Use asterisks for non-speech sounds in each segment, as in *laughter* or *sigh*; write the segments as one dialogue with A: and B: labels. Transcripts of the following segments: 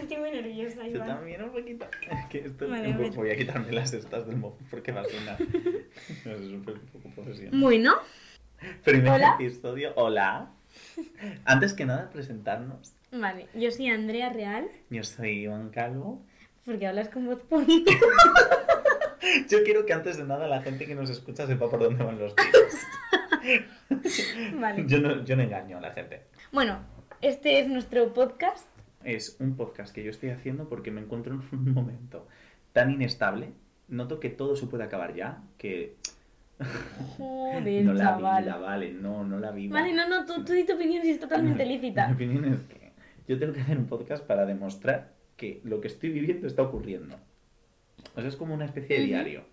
A: estoy muy nerviosa,
B: Yo
A: Iván.
B: también un poquito. Es que esto-
A: Vale, a ver.
B: voy a quitarme las estas del móvil porque va a sonar. No, es un poco poco profesional.
C: Bueno,
B: Primer
A: Hola.
B: episodio. Hola. Antes que nada, presentarnos.
C: vale, yo soy Andrea Real,
B: Yo soy Iván Calvo.
C: porque hablas con voz bonita.
B: Yo quiero que antes de nada la gente que nos escucha sepa por dónde van los tiros.
C: Vale.
B: Yo no, yo no engaño a la gente.
C: Bueno, este es nuestro podcast.
B: Es un podcast que yo estoy haciendo porque me encuentro en un momento tan inestable. Noto que todo se puede acabar ya, que
C: Joder,
B: no la
C: chaval.
B: vida, vale, no, no la vida.
C: Vale, no, no, tú, tú di tu opinión si es totalmente
B: *laughs* Mi
C: lícita.
B: opinión es que yo tengo que hacer un podcast para demostrar que lo que estoy viviendo está ocurriendo. O sea, es como una especie de
C: Ujú.
B: diario.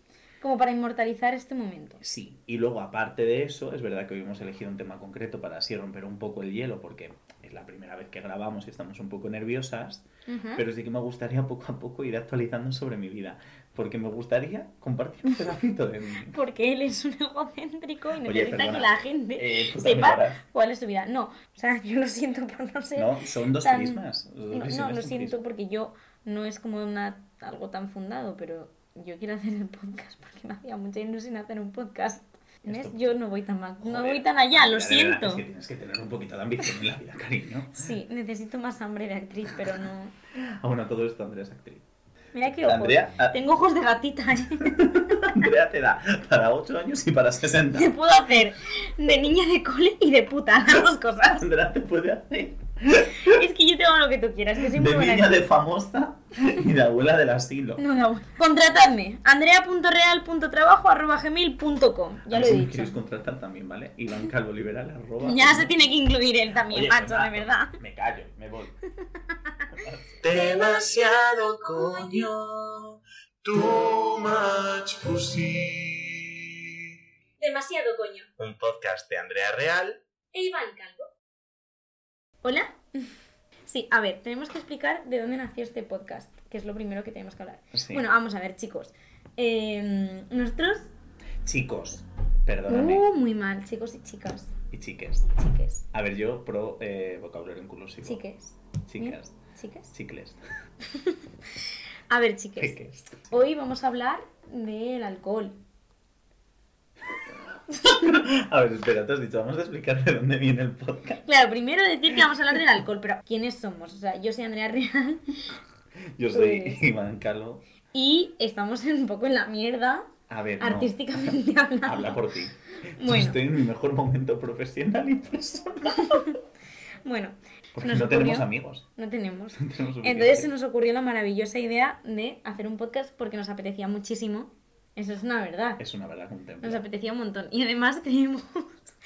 C: Como para inmortalizar este momento.
B: Sí, y luego aparte de eso, es verdad que hoy hemos elegido un tema concreto para así romper un poco el hielo, porque es la primera vez que grabamos y estamos un poco nerviosas,
C: Ajá.
B: pero sí que me gustaría *laughs* poco a poco ir actualizando sobre mi vida, porque me gustaría compartir un pedacito de mí.
C: Porque él es un egocéntrico y necesita
B: perdona.
C: que la gente
B: Eh, tú también
C: sepa
B: ahora-
C: cuál es su vida. No, o sea, yo lo siento por no ser.
B: No, son dos
C: tan-
B: prismas. dos
C: No,
B: visiones
C: no,
B: de
C: lo
B: un
C: siento porque yo no es como una, algo tan fundado, pero yo quiero hacer el podcast porque me hacía mucha ilusión hacer un podcast. ¿Ves?
B: Esto-
C: Yo no voy tan mal, no
B: Joder,
C: voy tan allá, lo
B: de verdad,
C: siento.
B: Es que tienes que tener un poquito de ambición en la vida, cariño.
C: Sí, necesito más hambre de actriz, pero no.
B: Ah, bueno, todo esto Andrea es actriz.
C: Mira qué ojos.
B: Andrea, a-
C: Tengo ojos de gatita. ¿eh? *laughs*
B: Andrea te da para 8 años y
C: *laughs*
B: para 60.
C: Te puedo hacer de niña de cole y de puta, las dos cosas.
B: Andrea te puede hacer
C: Es que yo tengo lo que tú quieras, que soy muy
B: de
C: buena.
B: niña
C: actriz.
B: de famosa y de abuela del asilo.
C: No, no. Contratadme, andrea.real.trabajo.gmail.com. Ya
B: A
C: lo he
B: ver si me
C: dicho.
B: quieres contratar también, ¿vale? Iván Calvo Liberal, arroba...
C: Ya se tiene que incluir él también,
B: Oye, pues
C: macho,
B: nada,
C: de verdad.
B: Me callo, me voy.
D: demasiado coño, too much pussy.
C: pues. Demasiado coño.
D: Un podcast de Andrea Real.
C: E Iván Calvo. ¿Hola? *laughs* Sí, a ver, tenemos que explicar de dónde nació este podcast, que es lo primero que tenemos que hablar.
B: Sí.
C: Bueno, vamos a ver, chicos. Eh, nosotros.
B: Chicos, perdóname,
C: Uh, muy mal, chicos y chicas.
B: y chiques.
C: Chiques.
B: A ver, yo pro eh, vocabulario inclusivo.
C: Chiques.
B: Chicas,
C: Chiques.
B: chicles,
C: A ver, chiques.
B: peques.
C: Hoy vamos a hablar del alcohol.
B: A ver, espera, te has dicho, vamos a explicar de dónde viene el podcast.
C: Claro, primero decir que vamos a hablar del alcohol, pero ¿quiénes somos? O sea, yo soy Andrea Real *laughs*
B: Yo soy
C: Pues-
B: Iván Calvo.
C: y estamos un poco en la mierda,
B: A ver, no,
C: artísticamente *laughs* hablando.
B: habla por ti. Yo
C: Bueno.
B: Estoy en mi mejor momento profesional y personal.
C: Bueno,
B: Porque
C: Nos
B: no tenemos
C: ocurrió.
B: amigos. *laughs*
C: no tenemos.
B: no tenemos
C: Entonces
B: suficiente.
C: se nos ocurrió la maravillosa idea de hacer un podcast porque nos apetecía muchísimo. Eso es una verdad.
B: Es una verdad
C: Nos
B: contemporánea.
C: apetecía un montón. Y además creemos,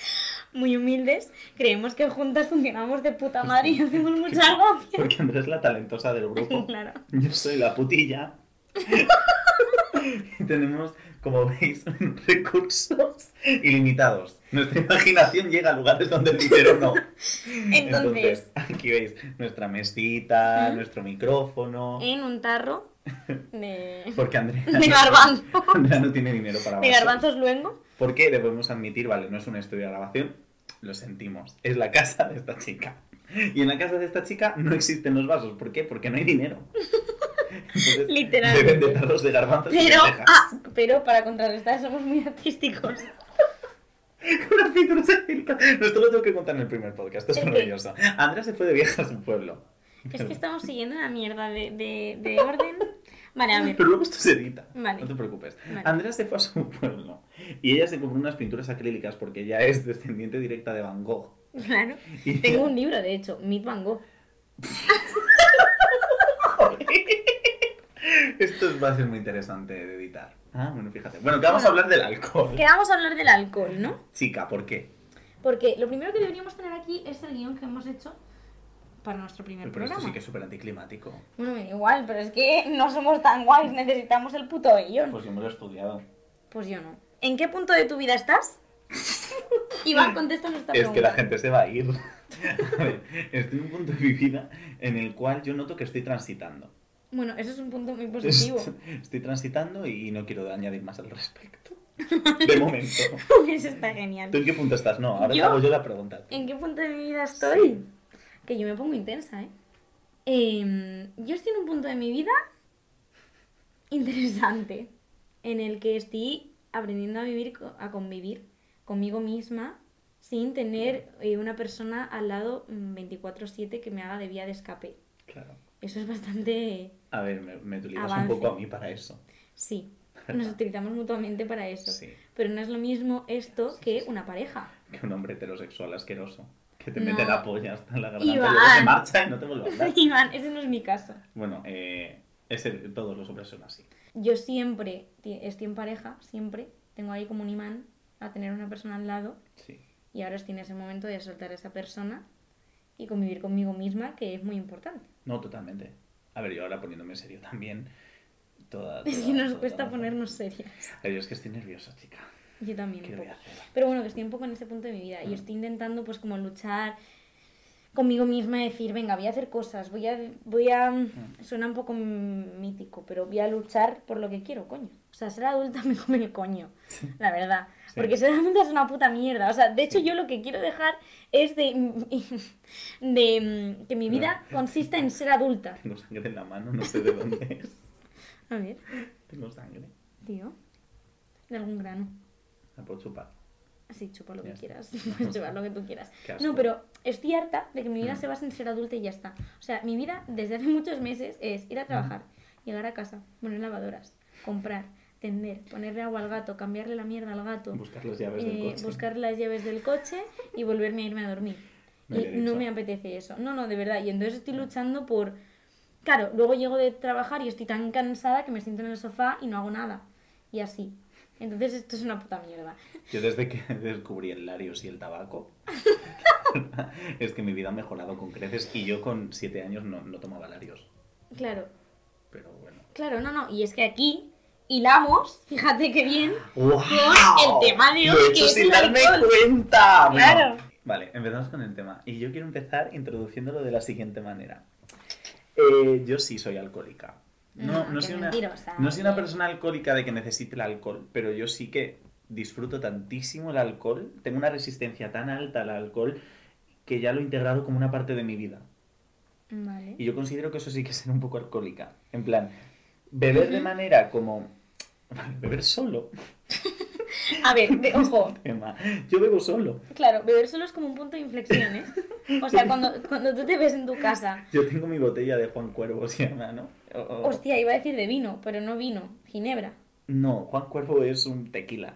C: *laughs* muy humildes, creemos que juntas funcionamos de puta madre y
B: *laughs*
C: hacemos mucha gracia.
B: Porque Andrés es la talentosa del
C: *laughs*
B: grupo.
C: Claro.
B: Yo soy
C: *laughs*
B: la putilla. y tenemos, como veis, *laughs* recursos ilimitados. Nuestra imaginación llega a lugares donde el dinero no.
C: *laughs* Entonces,
B: aquí veis nuestra mesita,
C: Ujú. Eh,
B: nuestro micrófono.
C: en un tarro
B: *laughs*
C: de, *laughs*
B: Porque Andrea,
C: de garbanzo.
B: *laughs* Andrea no tiene dinero para
C: De
B: vasos.
C: garbanzos luengo.
B: Porque debemos admitir, vale, no es un estudio de grabación, lo sentimos, es la casa de esta chica. Y en la casa de esta chica no existen los vasos, ¿por qué? Porque no hay dinero. Entonces,
C: Literalmente.
B: Beben de tarros de garbanzos y
C: Pero,
B: lentejas.
C: ah, pero para contrarrestar somos muy artísticos.
B: *laughs* Una pintura satírica. No, esto lo tengo que contar en el primer podcast, esto es
C: ¿El qué?
B: maravilloso. Andrea se fue de viaje a su pueblo.
C: Es que estamos siguiendo una mierda de, de- de orden. Vale, a
B: *laughs*
C: ver.
B: Pero luego esto se edita.
C: Vale.
B: No te preocupes.
C: Vale.
B: Andrea se fue a su pueblo y ella se compró unas pinturas acrílicas porque ella es descendiente directa de Van Gogh.
C: Claro.
B: Y
C: Tengo un libro, de hecho, Meet Van Gogh.
B: Esto va a ser muy interesante de editar. Ah, bueno, fíjate. Bueno, que vamos a hablar del alcohol.
C: Que vamos a hablar del alcohol, ¿no?
B: Chica, ¿por qué?
C: Porque lo primero que deberíamos tener aquí es el guión que hemos hecho para nuestro primer
B: Pero esto
C: programa.
B: sí que es súper anticlimático.
C: Bueno, me da igual, pero es que *laughs* no somos tan guays, necesitamos el puto guión.
B: Pues yo me lo he estudiado.
C: Pues yo no. ¿En qué punto de tu vida
B: *laughs*
C: estás? Iván, contesta nuestra
B: Es que la
C: pregunta.
B: gente se va a ir. *laughs* A ver, estoy en un punto de mi vida en el cual yo noto que estoy transitando.
C: Bueno, eso es un punto muy positivo.
B: *laughs* Estoy transitando y no quiero añadir más al respecto. De momento.
C: eso está genial.
B: ¿Tú en qué punto estás? No, ahora te
C: ¿Yo?
B: hago yo la pregunta.
C: ¿En qué punto de mi vida estoy? Que yo me pongo intensa, ¿eh? Em, yo estoy en un punto de mi vida interesante, en el que estoy aprendiendo a vivir, co- a convivir conmigo misma sin tener eh, una persona al lado mm, 24/7 que me haga de vía de escape.
B: Claro.
C: Eso es bastante...
B: A ver, me, me utilizas
C: Avance.
B: un poco a mí para eso.
C: Sí,
B: *laughs*
C: nos utilizamos mutuamente para eso.
B: Sí.
C: Pero no es lo mismo esto
B: Sí, sí,
C: que
B: sí.
C: una pareja.
B: Que un hombre heterosexual asqueroso. Que te
C: No.
B: mete la polla hasta la garganta y luego
C: Iván.
B: se marcha y no te vuelve a
C: *laughs*
B: hablar.
C: Iván, ese no es mi caso.
B: Bueno, eh, ese- todos los hombres son así.
C: Yo siempre ti- estoy en pareja, siempre. Tengo ahí como un imán a tener una persona al lado
B: Sí.
C: y ahora estoy en ese momento de soltar a esa persona y convivir conmigo misma, que es muy importante. *laughs*
B: No, totalmente. A ver, yo ahora poniéndome serio también. Toda,
C: Es
B: toda-
C: que nos
B: toda
C: cuesta
B: la-
C: ponernos serias.
B: Ay, yo es que estoy nerviosa, chica.
C: Yo también.
B: ¿Qué
C: un
B: voy a
C: poco.
B: hacer?
C: Pero bueno, que estoy un poco en ese punto de mi vida y estoy intentando pues como luchar conmigo misma, decir, venga, voy a hacer cosas, voy a, voy a, mm, suena un poco m- mítico, pero voy a luchar por lo que quiero, coño. O sea, ser adulta *laughs* me come el coño, la verdad.
B: Sí.
C: Porque ser adulta es una puta mierda. O sea, de hecho yo lo que quiero dejar es de, *laughs* de mm, que mi
B: *laughs*
C: vida consista en ser adulta.
B: *laughs* Tengo sangre en la mano, no sé de dónde es.
C: A ver,
B: Tengo sangre.
C: tío, de algún grano.
B: La puedo chupar.
C: Así, chupa lo
B: Ya
C: que
B: está.
C: quieras, *laughs* puedes llevar lo que tú quieras.
B: Qué asco.
C: No, pero estoy harta de que mi vida
B: Mm.
C: se base en ser adulta y ya está. O sea, mi vida desde hace muchos meses es
B: Mm.
C: ir a trabajar, llegar a casa, poner lavadoras, comprar, tender, ponerle agua al gato, cambiarle la mierda al gato,
B: Buscar las llaves del
C: eh,
B: coche.
C: buscar las llaves del coche y volverme a irme a dormir.
B: Me
C: y
B: había
C: no
B: dicho.
C: me apetece eso. No, no, de verdad. Y entonces estoy luchando por... Claro, luego llego de trabajar y estoy tan cansada que me siento en el sofá y no hago nada. Y así. Entonces esto es una puta mierda.
B: Yo desde que *laughs* descubrí el Larios y el *laughs* tabaco, es que mi vida ha mejorado con creces y yo con siete años no, no tomaba Larios.
C: Claro,
B: Pero bueno.
C: Claro, no, no. Y es que aquí hilamos, fíjate qué bien.
B: ¡Wow!
C: el tema de hoy,
B: Lo he
C: que
B: hecho
C: es
B: sin
C: el
B: darme
C: alcohol.
B: cuenta. Ah, Bueno,
C: Claro.
B: vale, empezamos con el tema. Y yo quiero empezar introduciéndolo de la siguiente manera. Eh, yo sí soy alcohólica. No,
C: Ah,
B: no,
C: qué
B: soy una,
C: mentirosa.
B: no soy una persona alcohólica de que necesite el alcohol, pero yo sí que disfruto tantísimo el alcohol, tengo una resistencia tan alta al alcohol que ya lo he integrado como una parte de mi vida.
C: Vale.
B: Y yo considero que eso sí que es ser un poco alcohólica. En plan, beber de
C: Ujú.
B: manera como... Beber solo. *laughs*
C: A ver, de- ojo.
B: Emma, Yo bebo solo.
C: Claro, beber solo es como un punto de inflexión, ¿eh? O sea, cuando, cuando tú te ves en tu casa.
B: Yo tengo mi botella de Juan Cuervo, se llama, ¿no? O- o-
C: Hostia, iba a decir de vino, pero no vino, ginebra.
B: No, Juan Cuervo es un tequila.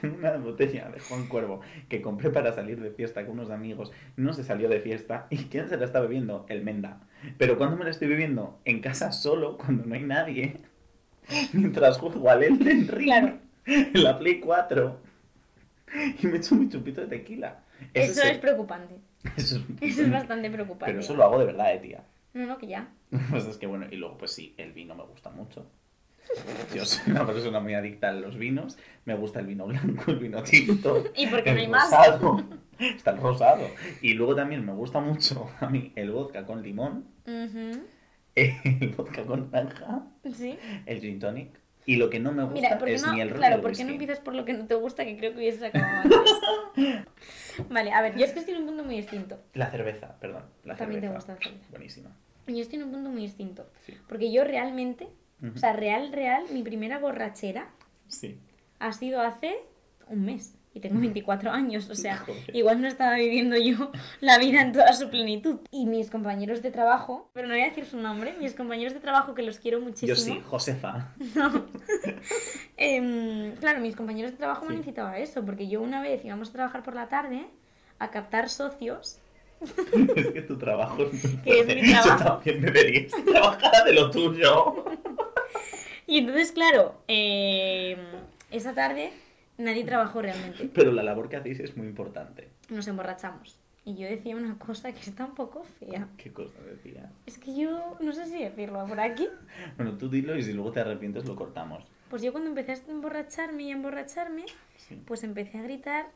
B: Tengo *laughs* una botella de Juan Cuervo que compré para salir de fiesta con unos amigos. No se salió de fiesta. ¿Y *laughs* quién se la está bebiendo? El Menda. Pero cuando me la estoy bebiendo? En casa solo, cuando no hay nadie. *laughs* Mientras juego al Elden Ring
C: Claro.
B: en la Play 4. Y me echo mi chupito de tequila. Ese
C: Eso,
B: el-
C: es preocupante.
B: eso es-
C: Eso es bastante preocupante.
B: Pero eso lo hago de verdad, eh, tía.
C: No, no, que ya.
B: *laughs* Pues es que bueno, y luego pues sí, el vino me gusta mucho. *laughs* Yo soy una persona muy adicta a los vinos. Me gusta el vino blanco, el vino tinto.
C: ¿Y por qué
B: el
C: no hay más?
B: rosado. *laughs* Está el rosado. Y luego también me gusta mucho *laughs* a mí el vodka con limón, *laughs*
C: Ujú,
B: el vodka con naranja,
C: Sí.
B: el gin tonic. Y lo que no me gusta
C: Mira, ¿por qué
B: es
C: no?
B: ni el ron
C: Claro,
B: ni
C: ¿por
B: el
C: qué no
B: whisky.
C: empiezas por lo que no te gusta? Que creo que hubieses acabado antes.
B: *laughs*
C: Vale, a ver, yo es que estoy en un punto muy distinto.
B: La cerveza, perdón. La
C: También te
B: cerveza.
C: gusta la cerveza.
B: Buenísima.
C: Yo estoy en un punto muy distinto.
B: Sí.
C: Porque yo realmente,
B: Ujú.
C: o sea, real, real, mi primera borrachera
B: Sí.
C: ha sido hace un mes. Y tengo 24 años, o
B: *laughs*
C: sea,
B: Joder.
C: igual no estaba viviendo yo la vida en toda su plenitud. Y mis compañeros de trabajo, pero no voy a decir su nombre, mis compañeros de trabajo que los quiero muchísimo.
B: Yo
C: *laughs*
B: sí, Josefa.
C: Em, claro, mis compañeros de trabajo me han
B: Sí.
C: incitado a eso, porque yo una vez íbamos a trabajar por la tarde a captar socios
B: *laughs* Es que tu trabajo es muy
C: Que es
B: fuerte.
C: mi trabajo.
B: Yo también deberías *laughs* trabajar de lo tuyo.
C: Y entonces, claro, eh, esa tarde nadie trabajó realmente.
B: Pero la labor que hacéis es muy importante.
C: Nos emborrachamos. Y yo decía una cosa que está un poco fea.
B: ¿Qué cosa decía?
C: Es que yo no sé si decirlo por aquí.
B: Bueno, tú dilo y si luego te arrepientes lo cortamos.
C: Pues yo cuando empecé a emborracharme y a emborracharme,
B: Sí.
C: pues empecé a gritar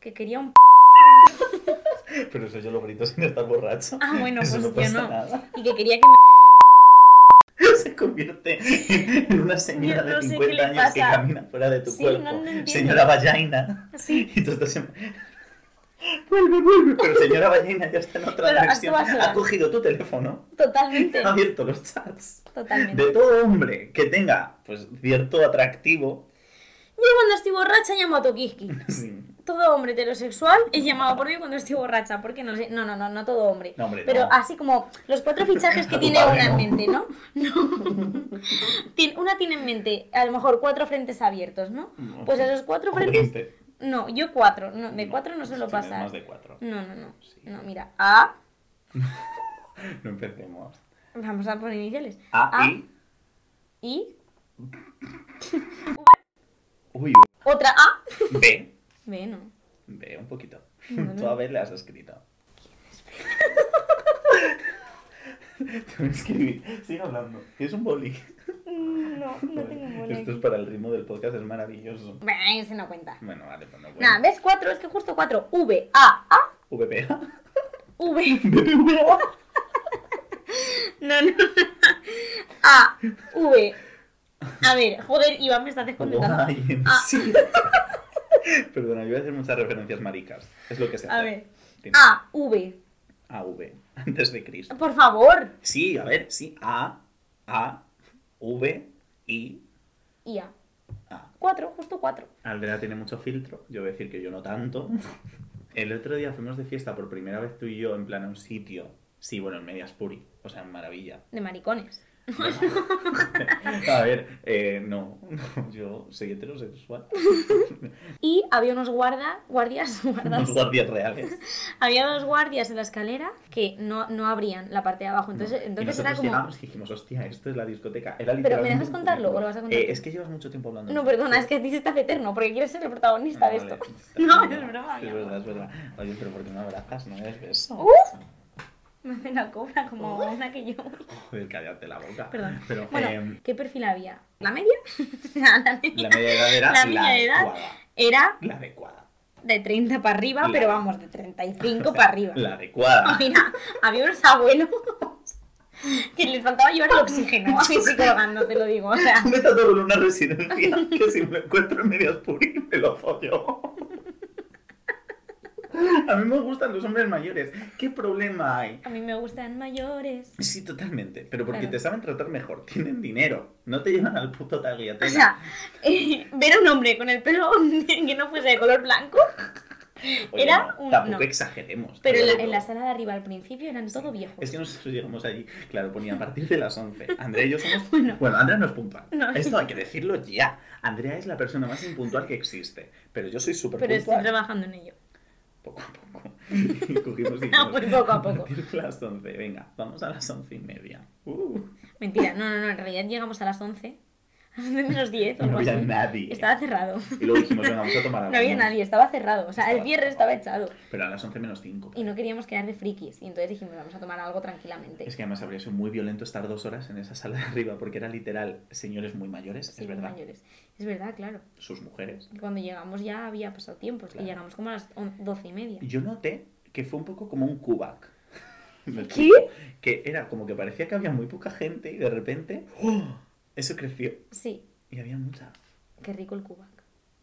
C: que quería un... p-
B: Pero eso yo lo grito sin estar borracho.
C: Ah, bueno,
B: Eso
C: pues
B: no
C: yo
B: pasa
C: no.
B: nada. *laughs*
C: Y que quería que me... *laughs*
B: Se convierte en una señora
C: Yo no
B: de
C: sé
B: 50
C: qué le
B: años que
C: pasa.
B: camina fuera de tu
C: Sí, no
B: cuerpo.
C: lo entiendo.
B: señora Vallaina.
C: Sí,
B: Y tú estás en- Vuelve, vuelve. Pero señora Ballena ya está en otra
C: Pero, ¿a qué
B: dimensión.
C: vas a
B: Ha
C: ver?
B: cogido tu teléfono,
C: Totalmente.
B: ha abierto los chats.
C: Totalmente.
B: De todo hombre que tenga pues cierto atractivo. *laughs*
C: Yo cuando estoy borracha llamo a Tokiski.
B: sí.
C: Todo hombre heterosexual es llamado por mí cuando estoy borracha, porque no sé. No, no, no, no todo hombre.
B: No, hombre,
C: Pero
B: no.
C: así como los cuatro fichajes
B: A
C: que
B: tu
C: tiene
B: padre,
C: una en
B: ¿no?
C: mente, ¿no? No. *laughs* Tien- una tiene en mente, a lo mejor, cuatro frentes abiertos, ¿no?
B: No. este,
C: Pues esos cuatro frentes.
B: Corriente.
C: No, yo cuatro. No, de cuatro no suelo
B: pues Tienes
C: pasar.
B: Más de cuatro.
C: No, no, no.
B: Sí.
C: No, mira. A.
B: No empecemos. Ah,
C: Vamos a poner iniciales.
B: A,
C: A.
B: I.
C: Y.
B: Uy,
C: Otra A.
B: B.
C: B, no.
B: B, un poquito.
C: Bueno.
B: Tú a ver le has
C: *laughs*
B: escrito. Te voy a escribir. Sigue hablando. Es un boli.
C: No, no tengo bola
B: Esto es
C: aquí.
B: para el ritmo del podcast, es maravilloso.
C: Bah, Ese no cuenta.
B: Bueno, vale, pues no voy.
C: Nada, ¿ves? Cuatro, es que justo cuatro. V, A, A,
B: VPA. *laughs*
C: V.
B: VPA.
C: *laughs* No, no. *laughs* A, V. A ver, joder, Iván me estás descontentando.
B: Guay,
C: Ah.
B: sí. *laughs* Perdona, yo voy a hacer muchas referencias maricas. Es lo que se hace.
C: A ver. Ah.
B: Tiene
C: A, V.
B: A, V. Antes de Cristo.
C: Por favor.
B: Sí, a ver, sí. A, A, V, I,
C: Y A.
B: A.
C: Cuatro, justo cuatro.
B: Alvera tiene mucho filtro, yo voy a decir que yo no tanto. El otro día fuimos de fiesta por primera vez tú y yo en plan a un sitio. Sí, bueno, en Mediaspuri, o sea, en Maravilla.
C: *laughs* De maricones.
B: a ver, eh, no, *laughs* no, yo soy heterosexual.
C: Y había unos guarda, guardias, *laughs* guardas.
B: Unos guardias reales.
C: Había dos guardias en la escalera que no, no abrían la parte de abajo. Entonces,
B: No.
C: entonces
B: y
C: era
B: nosotros
C: como.
B: llegamos y dijimos, hostia, esto es la discoteca. Era
C: ¿Pero me
B: literalmente
C: dejas
B: un
C: contarlo
B: cubículo.
C: o lo vas a contar
B: Eh,
C: tú?
B: es que llevas mucho tiempo hablando. Ah,
C: No, perdona, es que a ti se te hace eterno porque quieres ser el protagonista de
B: *laughs*
C: esto. No, es broma, mi
B: Es
C: amor.
B: verdad, es verdad. Oye, pero ¿por qué no abrazas? No me des beso.
C: Uh. Me hace la cobra como una que yo.
B: Joder, cállate la boca.
C: Perdón.
B: Pero,
C: Bueno,
B: em,
C: ¿qué perfil había? ¿La media? *laughs* la media
B: La media edad
C: *laughs*
B: era
C: La
B: la,
C: media edad.
B: adecuada.
C: era
B: La adecuada.
C: de 30 para arriba,
B: La-
C: pero vamos, de 35
B: O *laughs* sea,
C: para arriba. *laughs*
B: La adecuada.
C: Mira, había unos abuelos que les faltaba llevar el oxígeno. Así sí, colgando, te lo digo. O sea,
B: Me he tratado en una residencia *laughs* que si me encuentro en medias puris me lo follo. *laughs* A mí me gustan los hombres mayores. ¿Qué problema hay?
C: a mí me gustan mayores.
B: Sí, totalmente. Pero porque
C: Claro.
B: te saben tratar mejor, tienen dinero, no te llevan al puto
C: O
B: tagliatella.
C: sea, eh, ver a un hombre con el pelo *laughs* que no fuese de color blanco,
B: Oye,
C: era
B: no,
C: un-
B: Tampoco
C: no.
B: exageremos.
C: pero en la,
B: Había de
C: en la
B: todo.
C: sala de arriba al principio eran todo viejos.
B: Es que nosotros llegamos allí, claro, ponía a partir de las 11. Andrea y
C: *laughs*
B: yo somos.
C: Bueno.
B: Bueno, Andrea no es puntual.
C: No.
B: Esto hay que decirlo ya. Andrea es la persona más impuntual que existe. Pero yo soy súper
C: Pero estoy
B: puntual.
C: trabajando en ello.
B: Poco a poco. *laughs* Y cogimos y
C: *laughs* Ah, pues poco a poco.
B: partir de las 11. Venga, vamos a las 11 y media. Uh,
C: Mentira, no, no, no, en realidad llegamos a las *laughs* 11, a las 11 menos 10 o
B: no
C: algo
B: había
C: así.
B: nadie.
C: Estaba cerrado.
B: Y luego dijimos, venga, vamos a tomar
C: *laughs*
B: algo.
C: No había nadie, estaba cerrado. O sea, el
B: Ah, Estaba
C: cierre
B: cerrado.
C: estaba echado.
B: Pero a las 11 menos 5.
C: Y no queríamos quedar de frikis. Y entonces dijimos, vamos a tomar algo tranquilamente.
B: Es que además habría sido muy violento estar dos horas en esa sala de arriba, porque era literal señores muy mayores,
C: Sí,
B: es
C: muy
B: verdad.
C: mayores. Es verdad, claro.
B: Sus mujeres.
C: Cuando llegamos ya había pasado tiempo. Es que
B: Claro.
C: llegamos como a las on- 12 y media.
B: Yo noté que fue un poco como un cubac.
C: *laughs*
B: Me
C: ¿Qué?
B: explico. Que era como que parecía que había muy poca gente y de repente ¡oh! eso creció
C: Sí,
B: y había mucha.
C: qué rico el cubac.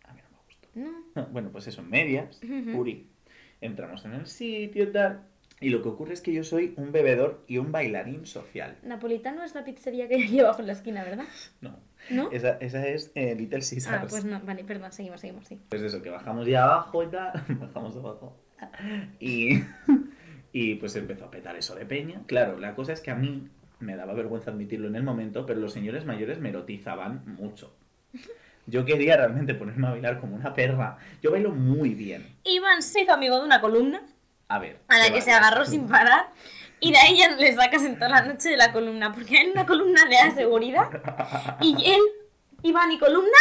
B: A mí no me gustó. *laughs*
C: No.
B: Bueno, pues eso, medias,
C: Ujú.
B: puri. Entramos en el sitio tal. Y lo que ocurre es que yo soy un bebedor y un bailarín social.
C: *laughs* Napolitano es la pizzería que hay abajo en la esquina, ¿verdad?
B: No,
C: ¿No?
B: esa, esa es eh, Little Caesars.
C: Ah, pues no. Vale, perdón, seguimos, seguimos, sí.
B: Pues eso, que bajamos ya abajo y tal, *laughs* bajamos abajo. Y, *laughs* y pues empezó a petar eso de peña. Claro, la cosa es que a mí me daba vergüenza admitirlo en el momento, pero los señores mayores me erotizaban mucho. Yo quería realmente ponerme a bailar como una perra. Yo bailo muy bien.
C: Iván se hizo amigo de una columna
B: A ver.
C: a la
B: ¿qué
C: que se
B: bailas?
C: agarró sin parar. Y de ahí ya no le sacas en toda la noche de la columna, porque a él una columna le da seguridad. Y él, Iván y columna,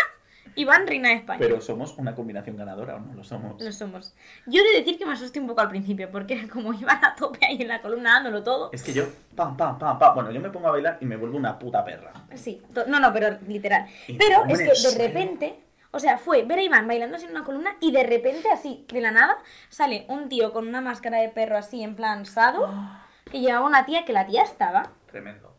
C: Iván reina de España.
B: Pero somos una combinación ganadora o no lo somos.
C: Lo somos. Yo he de decir que me asusté un poco al principio, porque era como *laughs* Iván a tope ahí en la columna dándolo todo.
B: Es que yo, pam, pam, pam, pam. Bueno, yo me pongo a bailar y me vuelvo una puta perra.
C: Sí, to- no, no, pero literal.
B: Y
C: Pero
B: pongo
C: es
B: en
C: que
B: el
C: de repente, o sea, fue ver a Iván bailando así en una columna y de repente, así, de la nada, sale un tío con una máscara de perro así en plan
B: *gasps*
C: sado, que llevaba una tía que la tía estaba.
B: Tremendo.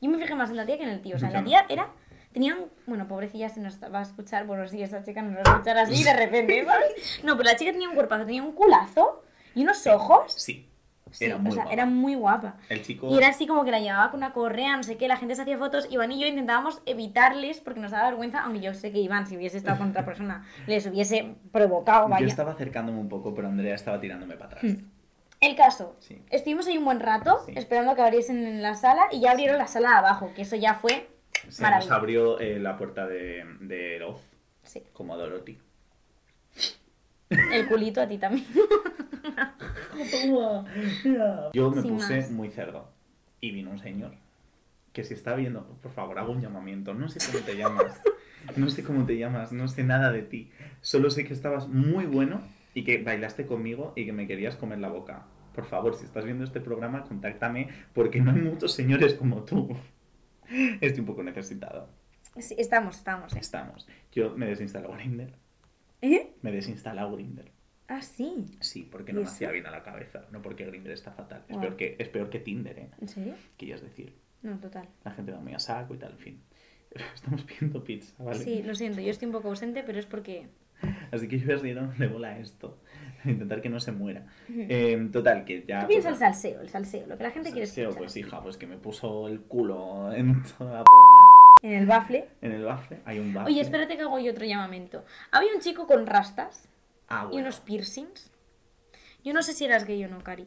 C: Yo me fijé más en la tía que en el tío. O sea,
B: Yo
C: la
B: no.
C: tía era Tenían, bueno, pobrecilla, si nos va a escuchar, bueno, si esa chica nos va a escuchar así de
B: *laughs*
C: repente, ¿sabes? No, pero la chica tenía un cuerpazo, tenía un culazo y unos ojos.
B: Sí.
C: Sí,
B: Era muy
C: o sea,
B: guapa.
C: era muy guapa.
B: El chico.
C: Y era así como que la llevaba con una correa, no sé qué, la gente se hacía fotos, Iván y yo intentábamos evitarles porque nos daba vergüenza, aunque yo sé que Iván, si hubiese estado con otra
B: *laughs*
C: persona, les hubiese provocado,
B: Yo
C: Oh, vaya. Hmm.
B: estaba acercándome un poco, pero Andrea estaba tirándome para atrás.
C: El caso,
B: Sí.
C: estuvimos ahí un buen rato
B: Sí.
C: esperando a que abriesen en la sala y ya abrieron la sala de abajo, que eso ya fue
B: Se nos
C: Maravilla.
B: abrió eh, la puerta de, de Oz,
C: sí,
B: como a Dorothy.
C: el culito a ti también.
B: Yo me
C: Sin
B: puse
C: más.
B: muy cerdo. Y vino un señor que si está viendo, por favor, hago un llamamiento. No sé cómo te llamas. No sé cómo te llamas, no sé nada de ti. Solo sé que estabas muy bueno y que bailaste conmigo y que me querías comer la boca. Por favor, si estás viendo este programa, contáctame porque no hay muchos señores como tú. Estoy un poco necesitado.
C: Sí, estamos, estamos. ¿eh?
B: Estamos. Yo me desinstalo Grindr.
C: ¿Eh?
B: Me desinstalado Grindr.
C: Ah, sí.
B: Sí, porque no me
C: ¿Y eso?
B: hacía bien a la cabeza. No porque Grindr está fatal. Es,
C: Guau.
B: peor que, es peor que Tinder, ¿eh?
C: ¿En serio?
B: Querías decir.
C: No, total.
B: La gente va muy a saco y tal, en fin. *laughs* Estamos pidiendo pizza, ¿vale?
C: Sí, lo siento, yo estoy un poco ausente, pero es porque...
B: Así que yo voy a seguir dándole bola a esto. *laughs* Intentar que no se muera. Eh, total, que ya.
C: ¿Qué piensa el
B: pues,
C: salseo? El salseo, lo que la gente quiere
B: salseo,
C: escuchar.
B: Pues hija, pues que me puso el culo en toda la polla.
C: En el bafle.
B: En el bafle. Hay un bafle.
C: Oye, espérate que hago yo otro llamamiento. Había un chico con rastas
B: Ah,
C: y
B: bueno.
C: unos piercings. Yo no sé si eras gay o no, Cari,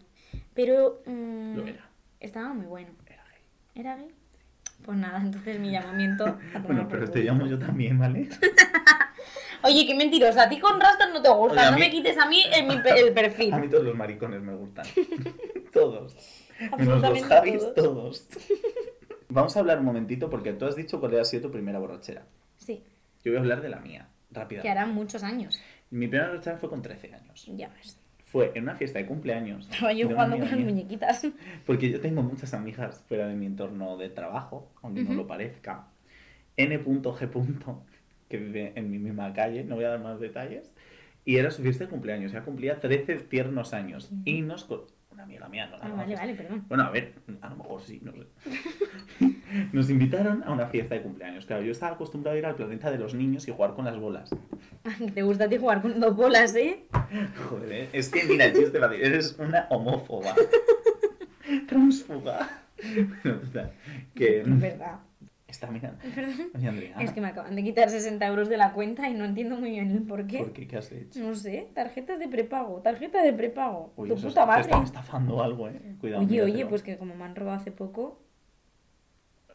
C: pero... mm,
B: Lo era.
C: Estaba muy bueno.
B: Era gay.
C: ¿Era gay? Pues nada, entonces mi
B: *laughs*
C: llamamiento... a tomar
B: Bueno,
C: por
B: pero
C: culo.
B: te llamo yo también, ¿vale?
C: Oye, qué mentirosa. A ti con rastas no te gusta.
B: Oye, a
C: no
B: mí-
C: me quites a mí el, mi pe- el perfil.
B: A mí todos los maricones me gustan.
C: *laughs*
B: todos. Menos los
C: Absolutamente
B: Javis,
C: todos.
B: todos. *laughs* Vamos a hablar un momentito porque tú has dicho cuál ha sido tu primera borrachera.
C: Sí,
B: Yo voy a hablar de la mía,
C: que
B: rápidamente.
C: harán muchos años.
B: Mi primera borrachera fue con 13 años.
C: Ya ves. *laughs*
B: Fue en una fiesta de cumpleaños.
C: Estaba
B: de
C: yo
B: una
C: jugando
B: amiga
C: con las
B: mía,
C: muñequitas.
B: Ah, Porque yo tengo muchas amigas fuera de mi entorno de trabajo, aunque no
C: Ujú.
B: lo parezca. N.G. que vive en mi misma calle, no voy a dar más detalles. Y era su fiesta de cumpleaños, ya cumplía 13 tiernos años.
C: Ujú.
B: Y nos... co- Una amiga mía, no la
C: Ah, vale,
B: conoces.
C: vale, perdón. *laughs*
B: Bueno, a ver, a lo mejor sí, no sé. *laughs* Nos invitaron a una fiesta de cumpleaños. Claro, yo estaba acostumbrado a ir al planeta de los niños y jugar con las bolas. *laughs*
C: Te gusta a ti jugar con dos bolas, ¿eh?
B: Joder, ¿eh? es que mira, el chiste va a decir, eres una homófoba. *laughs* Transfuga. Bueno, total, que
C: Es verdad.
B: está mirando.
C: es verdad.
B: Oye, Andrea,
C: Es que me acaban de quitar 60 euros de la cuenta y no entiendo muy bien el por qué.
B: ¿por qué? ¿Qué has hecho?
C: No sé, tarjetas de prepago, tarjeta de prepago.
B: Uy,
C: Mm, tu
B: eso
C: puta
B: es-
C: madre.
B: Te están estafando algo, eh. Cuidado.
C: Oye,
B: míratelo.
C: oye, pues que como me han robado hace poco,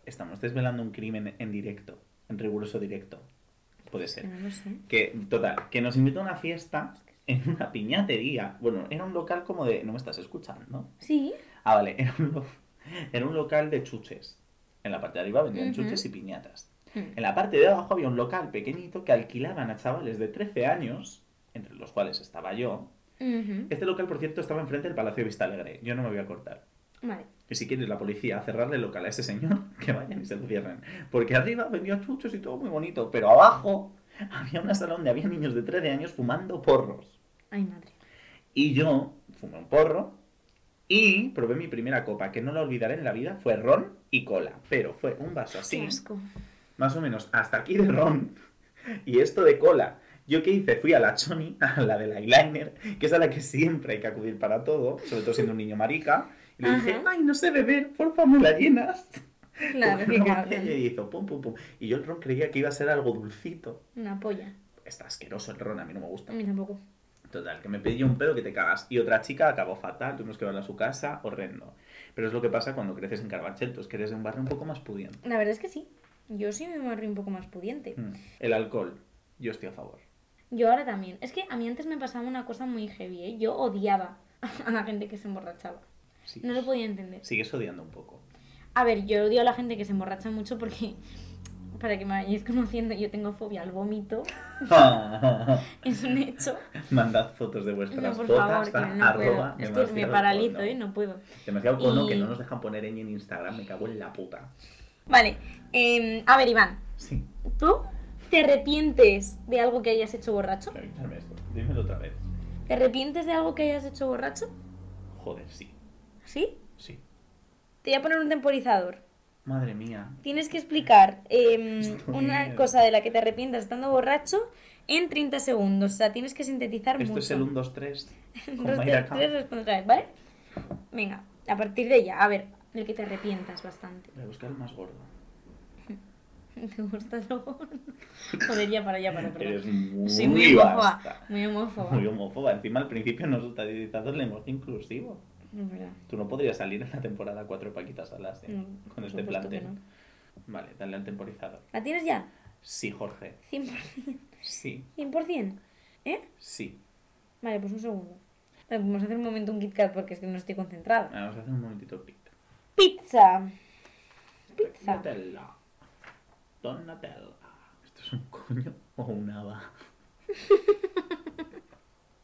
B: Estamos desvelando un crimen en directo, en riguroso directo. Puede ser.
C: no lo sé.
B: Que, total, que nos invitó a una fiesta en una piñatería. Bueno, era un local como de. ¿No me estás escuchando?
C: Sí,
B: Ah, vale, era un, lo- era un local de chuches. En la parte de arriba vendían
C: Ujú.
B: chuches y piñatas.
C: Mm.
B: En la parte de abajo había un local pequeñito que alquilaban a chavales de 13 años, entre los cuales estaba yo.
C: Mm. Ujú.
B: Este local, por cierto, estaba enfrente del Palacio de Vistalegre. Yo no me voy a cortar.
C: Vale.
B: Que si quieres la policía a cerrarle el local a ese señor, *laughs* que vayan y se lo cierren. Porque arriba vendían chuchos y todo muy bonito, pero abajo había una sala donde había niños de 13 años fumando porros.
C: Ay, madre.
B: Y yo fumé un porro y probé mi primera copa, que no la olvidaré en la vida, fue ron y cola. Pero fue un vaso
C: Qué
B: así,
C: asco.
B: más o menos hasta aquí de ron y esto de cola. ¿Yo qué hice? Fui a la Choni, a la del eyeliner, que es a la que siempre hay que acudir para todo, sobre todo siendo un niño marica. Y le dije,
C: Ajá.
B: ay, no sé beber, porfa, me la llenas.
C: Claro,
B: Cogí
C: qué
B: una botella
C: cabrón.
B: *laughs* y hizo pum, pum, pum. Y yo el ron creía que iba a ser algo dulcito.
C: Una polla.
B: Está asqueroso el ron, a mí no me gusta.
C: A mí tampoco.
B: Total, que me pedí un pedo que te cagas. Y otra chica acabó fatal, tuvimos que llevarla a su casa, horrendo. Pero es lo que pasa cuando creces en Carabanchel, tú es que eres de un barrio un poco más pudiente.
C: La verdad es que sí. Yo sí me barrio un poco más pudiente.
B: Mm. El alcohol, yo estoy a favor.
C: Yo ahora también. Es que a mí antes me pasaba una cosa muy heavy, ¿eh? Yo odiaba *laughs* a la gente que se emborrachaba.
B: Sí.
C: No lo podía entender.
B: Sigues odiando un poco.
C: A ver, yo odio a la gente que se emborracha mucho porque, para que me vayáis conociendo, yo tengo fobia al vómito. Es un
B: *laughs*
C: hecho.
B: *laughs* Mandad fotos de vuestras
C: No, por
B: botas
C: favor, que
B: a
C: no
B: arroba
C: puedo. Es que me
B: demasiado
C: paralizo
B: cono.
C: y no puedo.
B: Demasiado cono
C: Y-
B: que no nos dejan poner ñ en Instagram, me cago en la puta.
C: Vale. eh, a ver, Iván.
B: Sí,
C: ¿Tú te arrepientes de algo que hayas hecho borracho?
B: pero quítame esto, dímelo otra vez.
C: ¿Te arrepientes de algo que hayas hecho borracho?
B: Joder, sí,
C: ¿Sí?
B: sí.
C: Te voy a poner un temporizador.
B: Madre mía.
C: Tienes que explicar em,
B: Esto
C: una
B: es-
C: cosa de la que te arrepientas estando borracho en 30 segundos. O sea, tienes que sintetizar
B: Esto
C: mucho. *laughs*
B: es el 1, 2, 3. con
C: Dos,
B: Mayra
C: tres, tres,
B: Camp.
C: responde otra vez, ¿vale? Venga, a partir de ya, a ver, del que te arrepientas bastante. *laughs*
B: Voy a buscar el más gordo.
C: ¿Te gusta lo gordo? *laughs* Joder, ya para, ya para,
B: Eres
C: perdón.
B: muy,
C: Soy muy homófoba.
B: basta.
C: Muy homófoba.
B: Muy homófoba. Encima al principio nos utilizado el lenguaje inclusivo.
C: Es verdad.
B: Tú no podrías salir en la temporada 4 Paquitas Alas ¿eh?
C: No,
B: con
C: por
B: este
C: supuesto que
B: plantel.
C: no.
B: Vale, dale al temporizador.
C: ¿La tienes ya?
B: Sí, Jorge.
C: 100%.
B: Sí,
C: 100%. ¿Eh?
B: sí.
C: Vale, pues un segundo. Vale, pues Vamos a hacer un momento un Kit Kat porque es que no estoy concentrada.
B: Vamos a hacer un momentito clic.
C: Pizza. Pizza.
B: Donatella. Donatella. ¿Esto es un coño o una haba?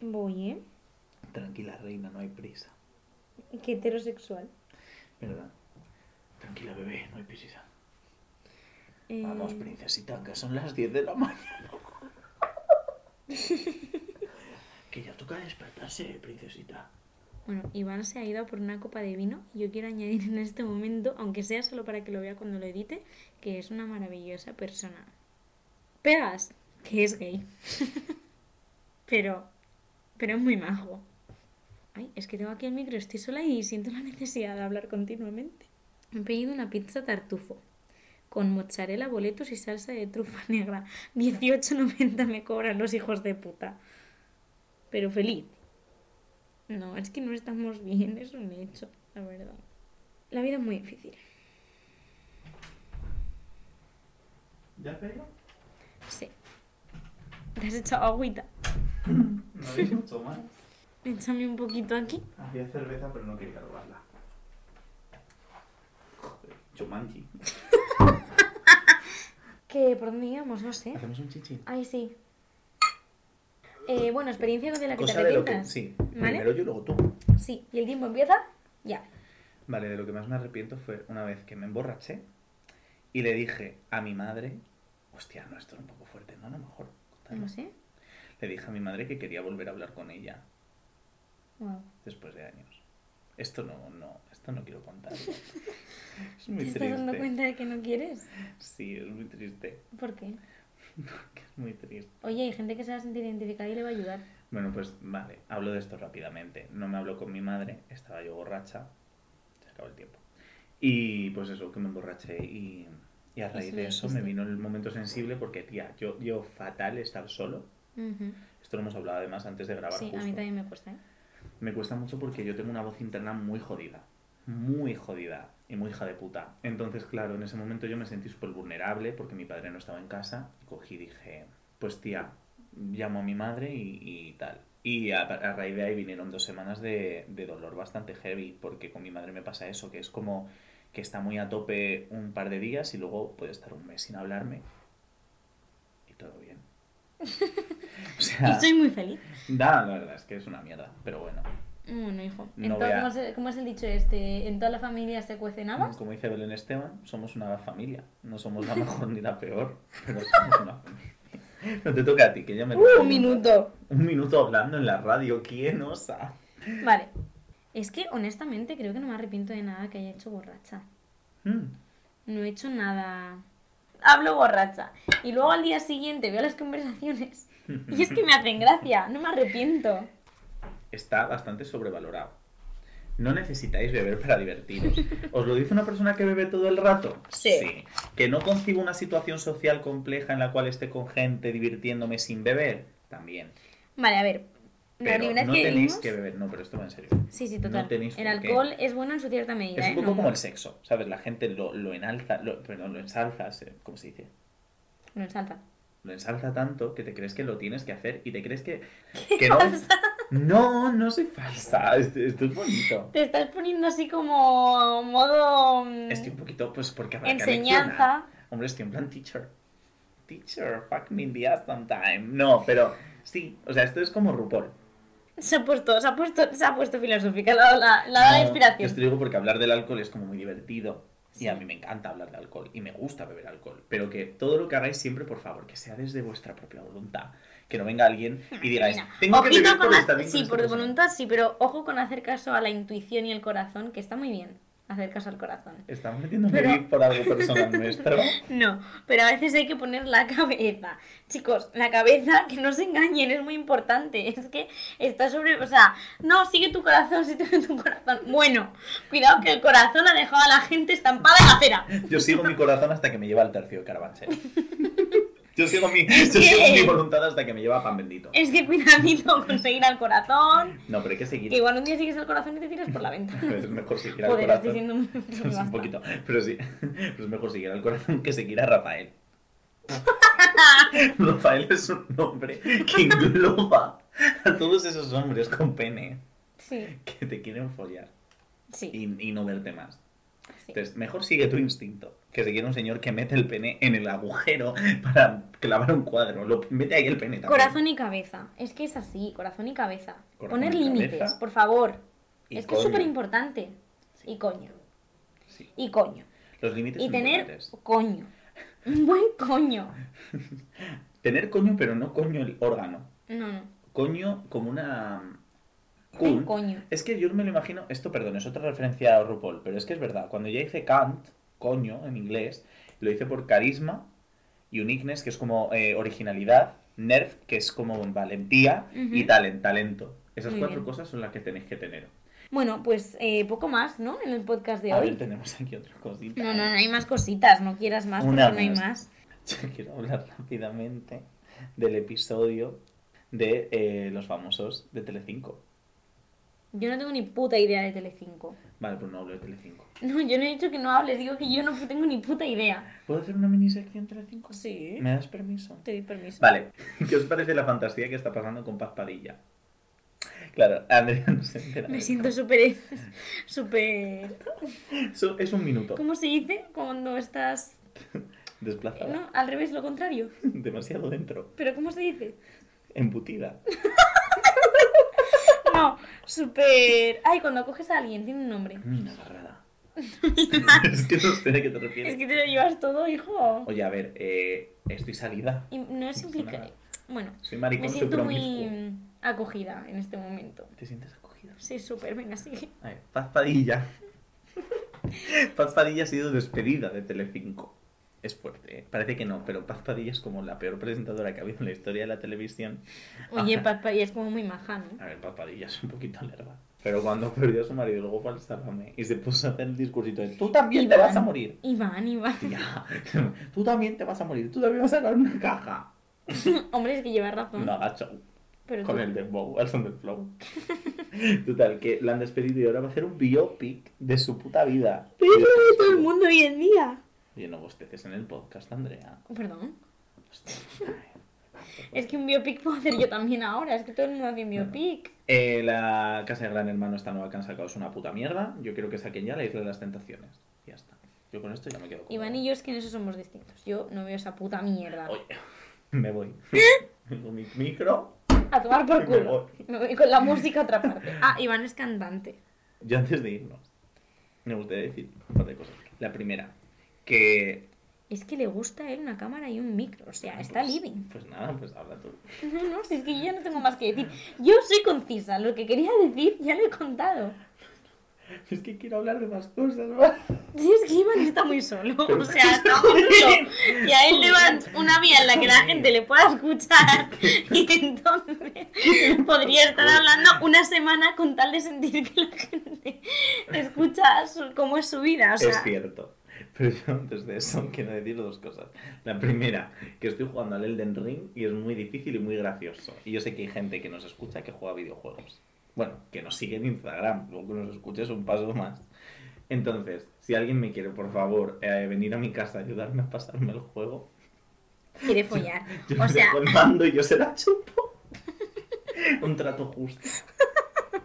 C: Voy, ¿eh?
B: Tranquila, reina, no hay prisa.
C: Qué heterosexual.
B: ¿Verdad? Tranquila, bebé, no hay prisa.
C: Eh,
B: Vamos, princesita, que son las 10 de la mañana. que ya toca despertarse, princesita.
C: Bueno, Iván se ha ido a por una copa de vino y yo quiero *laughs* añadir en este momento, aunque sea solo para que lo vea cuando lo edite, que es una maravillosa persona. Pegas, que es gay. *laughs* pero, pero es muy majo. Ay, es que tengo aquí el micro, estoy sola y siento la necesidad de hablar continuamente. He pedido una pizza tartufo con mozzarella, boletos y salsa de trufa *laughs* negra. 18.90 me cobran los hijos de puta. Pero feliz. No, es que no estamos bien, es un hecho, la verdad. La vida es muy difícil.
B: ¿Ya pega?
C: Sí. Te has echado agüita.
B: No habéis mucho más.
C: Échame un poquito aquí.
B: Había cerveza, pero no quería robarla. Joder, Chumanji.
C: Que por dónde íbamos, no sé.
B: Hacemos un chichi.
C: Ay, sí. Eh, bueno, experiencia de la que te
B: Cosa de lo que.
C: arrepientas.
B: Sí,
C: ¿Vale?
B: primero yo, luego tú.
C: Sí. ¿Y el tiempo empieza? Ya.
B: Vale, de lo que más me arrepiento fue una vez que me emborraché y le dije a mi madre, hostia, no, esto es un poco fuerte, no, a lo mejor. contarlo.
C: No sé.
B: Le dije a mi madre que quería volver a hablar con ella
C: Wow.
B: después de años. Esto no, no, esto no quiero
C: *laughs*
B: contar. es
C: ¿Te
B: muy
C: estás
B: triste.
C: dando cuenta de que no quieres?
B: Sí, es muy triste.
C: ¿Por qué?
B: Porque es muy triste.
C: Oye, hay gente que se va a sentir identificada y le va a ayudar.
B: Bueno, pues vale, hablo de esto rápidamente. No me habló con mi madre, estaba yo borracha, se acabó el tiempo. Y pues eso, que me emborraché y, y a raíz
C: Eso
B: de
C: le
B: eso me
C: dijiste.
B: vino el momento sensible porque, tía, yo, yo fatal estar solo.
C: Ujú.
B: Esto lo hemos hablado además antes de grabar.
C: Sí,
B: justo.
C: a mí también me cuesta. ¿eh?
B: Me cuesta mucho porque yo tengo una voz interna muy jodida. Muy jodida y muy hija de puta. Entonces, claro, en ese momento yo me sentí súper vulnerable porque mi padre no estaba en casa. Y cogí y dije, pues tía, llamo a mi madre y, y tal. Y a, a raíz de ahí vinieron dos semanas de, de dolor bastante heavy porque con mi madre me pasa eso, que es como que está muy a tope un par de días y luego puede estar un mes sin hablarme. Y todo bien. O sea,
C: Y soy muy feliz.
B: da, la verdad es que es una mierda, pero bueno.
C: Bueno, hijo.
B: No
C: Entonces,
B: vea-
C: ¿cómo, se- cómo es el dicho este? ¿En toda la familia se cuece nada?
B: Como dice Belén Esteban, somos una familia. No
C: *laughs*
B: somos la mejor ni la peor, pero somos una familia. No te toca a ti, que ya me lo
C: ¡Uh,
B: tengo.
C: un minuto!
B: Un minuto hablando en la radio, ¿quién osa?
C: Vale. Es que honestamente creo que no me arrepiento de nada que haya hecho borracha.
B: Mm,
C: No he hecho nada. Hablo borracha. Y luego al día siguiente veo las conversaciones. Y es que me hacen gracia. No me arrepiento.
B: Está bastante sobrevalorado. No necesitáis beber para divertiros. ¿Os lo dice una persona que bebe todo el rato?
C: Sí.
B: ¿Que no consigo una situación social compleja en la cual esté con gente divirtiéndome sin beber? También.
C: Vale, a ver. La
B: Pero
C: primera
B: no
C: vez que
B: tenéis
C: vimos-
B: que beber. No, pero esto va en serio.
C: Sí, sí, total.
B: no tenéis
C: el
B: por qué.
C: alcohol es bueno en su cierta medida.
B: Es un
C: ¿eh?
B: poco
C: No-
B: como el sexo, ¿sabes? La gente lo, lo enalza, lo, perdón, lo ensalza, se- ¿cómo se dice?
C: no ensalza.
B: Lo ensalza tanto que te crees que lo tienes que hacer y te
C: *laughs*
B: crees que... que no, no, no soy falsa, esto, esto es bonito.
C: Te estás poniendo así como modo mm,
B: Estoy un poquito, pues, porque habrá que leccionar.
C: enseñanza.
B: Hombre, estoy en plan teacher. Teacher, fuck me in the ass sometime. No, pero sí, o sea, esto es como RuPaul.
C: Se ha puesto, se ha puesto, se ha puesto filosófica, la, la, la, la
B: No,
C: inspiración.
B: Yo te digo porque hablar del alcohol es como muy divertido. Y
C: Sí.
B: a mí me encanta hablar de alcohol y me gusta beber alcohol. Pero que todo lo que hagáis siempre, por favor, que sea desde vuestra propia voluntad. Que no venga alguien y digáis,
C: Mira,
B: tengo que
C: ojito
B: beber
C: con
B: por
C: la-
B: estar bien con
C: Sí,
B: esta
C: por
B: persona".
C: voluntad sí, pero ojo con hacer caso a la intuición y el corazón, que está muy bien. hacer caso al corazón.
B: Estamos metiendo un
C: Pero-
B: gif por
C: *laughs*
B: algo personal nuestro.
C: No, pero a veces hay que poner la cabeza. Chicos, la cabeza, que no se engañen, es muy importante. Es que está sobre. O sea, no, sigue tu corazón, sigue tu corazón. Bueno, cuidado que el corazón ha dejado a la gente estampada en la acera.
B: Yo sigo mi corazón hasta que me lleva al tercio
C: *laughs*
B: de Carabanchel. Yo sigo mi, yo sigo mi voluntad hasta que me lleva a pan bendito.
C: Es que cuidadito con seguir al corazón.
B: No, pero hay que
C: Que
B: seguir.
C: igual un día sigues al corazón y te tiras por la ventana.
B: Es mejor seguir al
C: Joder, estoy
B: corazón. *laughs*
C: siendo muy- muy
B: Es un
C: basta.
B: poquito. Pero sí. *laughs* Pero es mejor seguir al corazón que seguir
C: *laughs*
B: a Rafael. Rafael es un nombre que engloba a todos esos hombres con pene
C: Sí,
B: que te quieren follar
C: sí.
B: y, y no verte más.
C: sí.
B: Entonces, mejor sigue tu instinto. Que seguir un señor que mete el pene en el agujero para clavar un cuadro. Lo, mete ahí el pene también.
C: Corazón y cabeza. Es que es así, corazón y cabeza.
B: Corazón
C: Poner
B: y
C: límites,
B: cabeza.
C: por favor.
B: Y
C: es que es
B: coño.
C: súper importante. Y coño.
B: Sí.
C: Y coño.
B: Los límites
C: Y
B: son
C: tener
B: importantes. *laughs*
C: coño. Un buen coño.
B: Tener coño, pero no coño el órgano.
C: No, no.
B: Coño como una...
C: Un
B: cun.
C: coño.
B: Es que yo me lo imagino, esto perdón, es otra referencia a RuPaul, pero es que es verdad, cuando ya hice Kant, coño, en inglés, lo hice por carisma, uniqueness, que es como eh, originalidad, nerf, que es como valentía,
C: Ujú.
B: y talent, talento. Esas
C: Muy
B: cuatro
C: bien.
B: cosas son las que tenéis que tener.
C: Bueno, pues eh, poco más, ¿no? En el podcast de
B: A
C: hoy.
B: ver, tenemos aquí otra cosita.
C: No, no, no hay más cositas. No quieras más
B: Una
C: porque no hay
B: más.
C: más.
B: *laughs* Yo quiero hablar rápidamente del episodio de eh, Los Famosos de Telecinco.
C: Yo no tengo ni puta idea de Telecinco. *laughs*
B: Vale, pues no hablo de Telecinco.
C: No, yo no he dicho que no hables. Digo que yo no tengo ni puta idea.
B: ¿Puedo hacer una mini sección Telecinco?
C: Sí.
B: ¿Me das permiso?
C: Te doy permiso.
B: Vale, ¿qué os parece la fantasía que está pasando con Paz Padilla? Claro, *laughs* Andrea no se entera.
C: Me siento súper... *laughs* súper...
B: So- es un minuto.
C: ¿Cómo se dice cuando estás... eh,
B: Desplazada.
C: No, al revés, lo contrario.
B: Demasiado dentro.
C: ¿Pero cómo se dice?
B: Embutida.
C: No, súper... Ay, cuando coges a alguien, tiene un
B: *laughs*
C: nombre.
B: Mina agarrada. es que no sé de qué te refieres.
C: Es que te lo llevas todo, hijo.
B: Oye, a ver, eh, estoy salida.
C: Y no es implica...
B: nada.
C: Bueno,
B: Soy maricón,
C: me
B: soy
C: siento
B: promiscuo.
C: muy acogida en este momento.
B: ¿Te sientes acogida?
C: Sí, súper, venga,
B: *laughs*
C: sigue.
B: A ver, Paz Padilla. *laughs* Paz Padilla ha sido despedida de Telecinco. Es fuerte, ¿eh? parece que no, pero Paz Padilla es como la peor presentadora que ha habido en la historia de la televisión.
C: Oye,
B: Ajá.
C: Paz Padilla es como muy maja, ¿no?
B: A ver, papadilla es un poquito lerda. Pero cuando perdió a su marido, luego fue al Sálvame y se puso a hacer el discursito de tú también te
C: Iván.
B: vas a morir.
C: Iván, Iván. *laughs*
B: Tía, *laughs* tú también te vas a morir, tú también vas a ganar una caja.
C: Hombre, es que lleva razón.
B: No haga show
C: pero
B: con
C: tú-
B: el dembow, al son del flow. *laughs* Total, que la han despedido y ahora va a hacer un biopic de su puta vida.
C: Pero eso lo ve todo el mundo hoy en día.
B: Oye, no bosteces en el podcast, Andrea.
C: Perdón.
B: Hostia.
C: Es que un biopic puedo hacer yo también ahora. Es que todo el mundo hace un
B: Bueno.
C: biopic.
B: Eh, la casa de Gran Hermano, esta nueva que han sacado, es una puta mierda. Yo quiero que saquen ya la Isla de las Tentaciones. Ya está. Yo con esto ya me quedo. cómodo.
C: Iván y yo es que en eso somos distintos. Yo no veo esa puta mierda.
B: Oye, *laughs* me voy. Tengo mi micro.
C: A tomar por
B: Me
C: culo. Me voy con la música a otra parte. *laughs* Ah, Iván es cantante.
B: Yo antes de irnos, me gustaría decir un par de cosas. La primera, que...
C: Es que le gusta a él una cámara y un micro. O sea, está
B: pues-
C: living.
B: Pues nada, pues habla tú.
C: No, no, si es que yo ya no tengo más que decir. Yo soy concisa, lo que quería decir ya lo he contado.
B: Es que quiero hablar de más cosas, ¿vale?
C: Si es que Iván está muy solo,
B: Pero-
C: o sea, está muy solo. Y a él le va una vía en la que la gente le pueda escuchar y entonces podría estar hablando una semana con tal de sentir que la gente escucha su- cómo es su vida, o
B: Es
C: sea...
B: cierto. *laughs* Pero yo antes de eso *laughs* quiero decir dos cosas. La primera, que estoy jugando al Elden Ring y es muy difícil y muy gracioso. Y yo sé que hay gente que nos escucha que juega videojuegos. Bueno, que nos sigue en Instagram, luego que nos escuche es un paso más. Entonces, si alguien me quiere, por favor, eh, venir a mi casa a ayudarme a pasarme el juego,
C: Quiere follar.
B: yo
C: O
B: le
C: sea,
B: dejo el mando y yo se la chupo. *laughs* un trato justo. *laughs*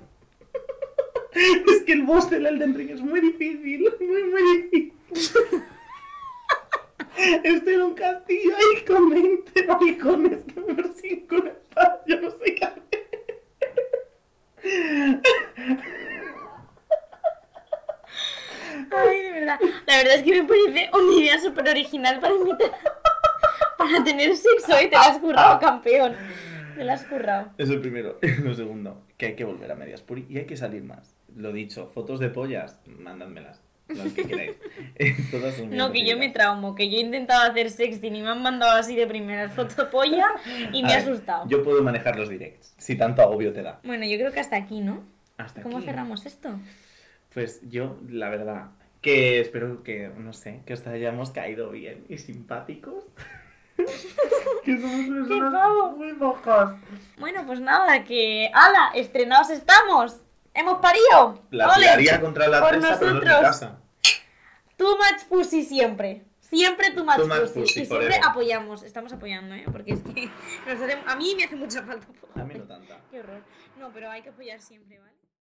B: es que el boss del Elden Ring es muy difícil, muy, muy difícil. Estoy en un castillo ahí con 20 maricones que me persiguen con espadas, yo no sé qué hacer.
C: ay, de verdad. La verdad es que me parece una idea súper original para invitar... *laughs* Para tener sexo y te la has currado, campeón. Te la has currado.
B: Es el primero. *laughs* Lo segundo, que hay que volver a medias puri y hay que salir más. Lo dicho, fotos de pollas, mándadmelas. las que queráis. *laughs* Eh, Todas son bien
C: No, que yo me
B: recibidas.
C: traumo, que yo he intentado hacer sexting y me han mandado así de primeras fotopolla y me
B: Mm. A
C: ha
B: ver,
C: asustado.
B: Yo puedo manejar los directs, si tanto agobio te da.
C: Bueno, yo creo que hasta aquí, ¿no?
B: Hasta
C: ¿Cómo
B: aquí.
C: cerramos esto?
B: Pues yo, la verdad, que espero que, no sé, que os hayamos caído bien
C: *laughs*
B: y simpáticos. que somos
C: pavo!
B: personas muy mojas.
C: Bueno, pues nada, que ¡Hala! ¡Estrenados estamos! ¡Hemos parido!
B: La
C: ¡Ole!
B: tiraría contra la
C: Por
B: testa, pero no en mi
C: nosotros.
B: casa.
C: Too much pussy siempre. Siempre too much,
B: Too much
C: pussy.
B: pussy
C: Y siempre
B: forever.
C: apoyamos. Estamos apoyando, ¿eh? Porque es *laughs* que nos hace- a mí me hace mucha falta.
B: A mí no tanta.
C: Qué horror. No, pero hay que apoyar siempre, ¿vale?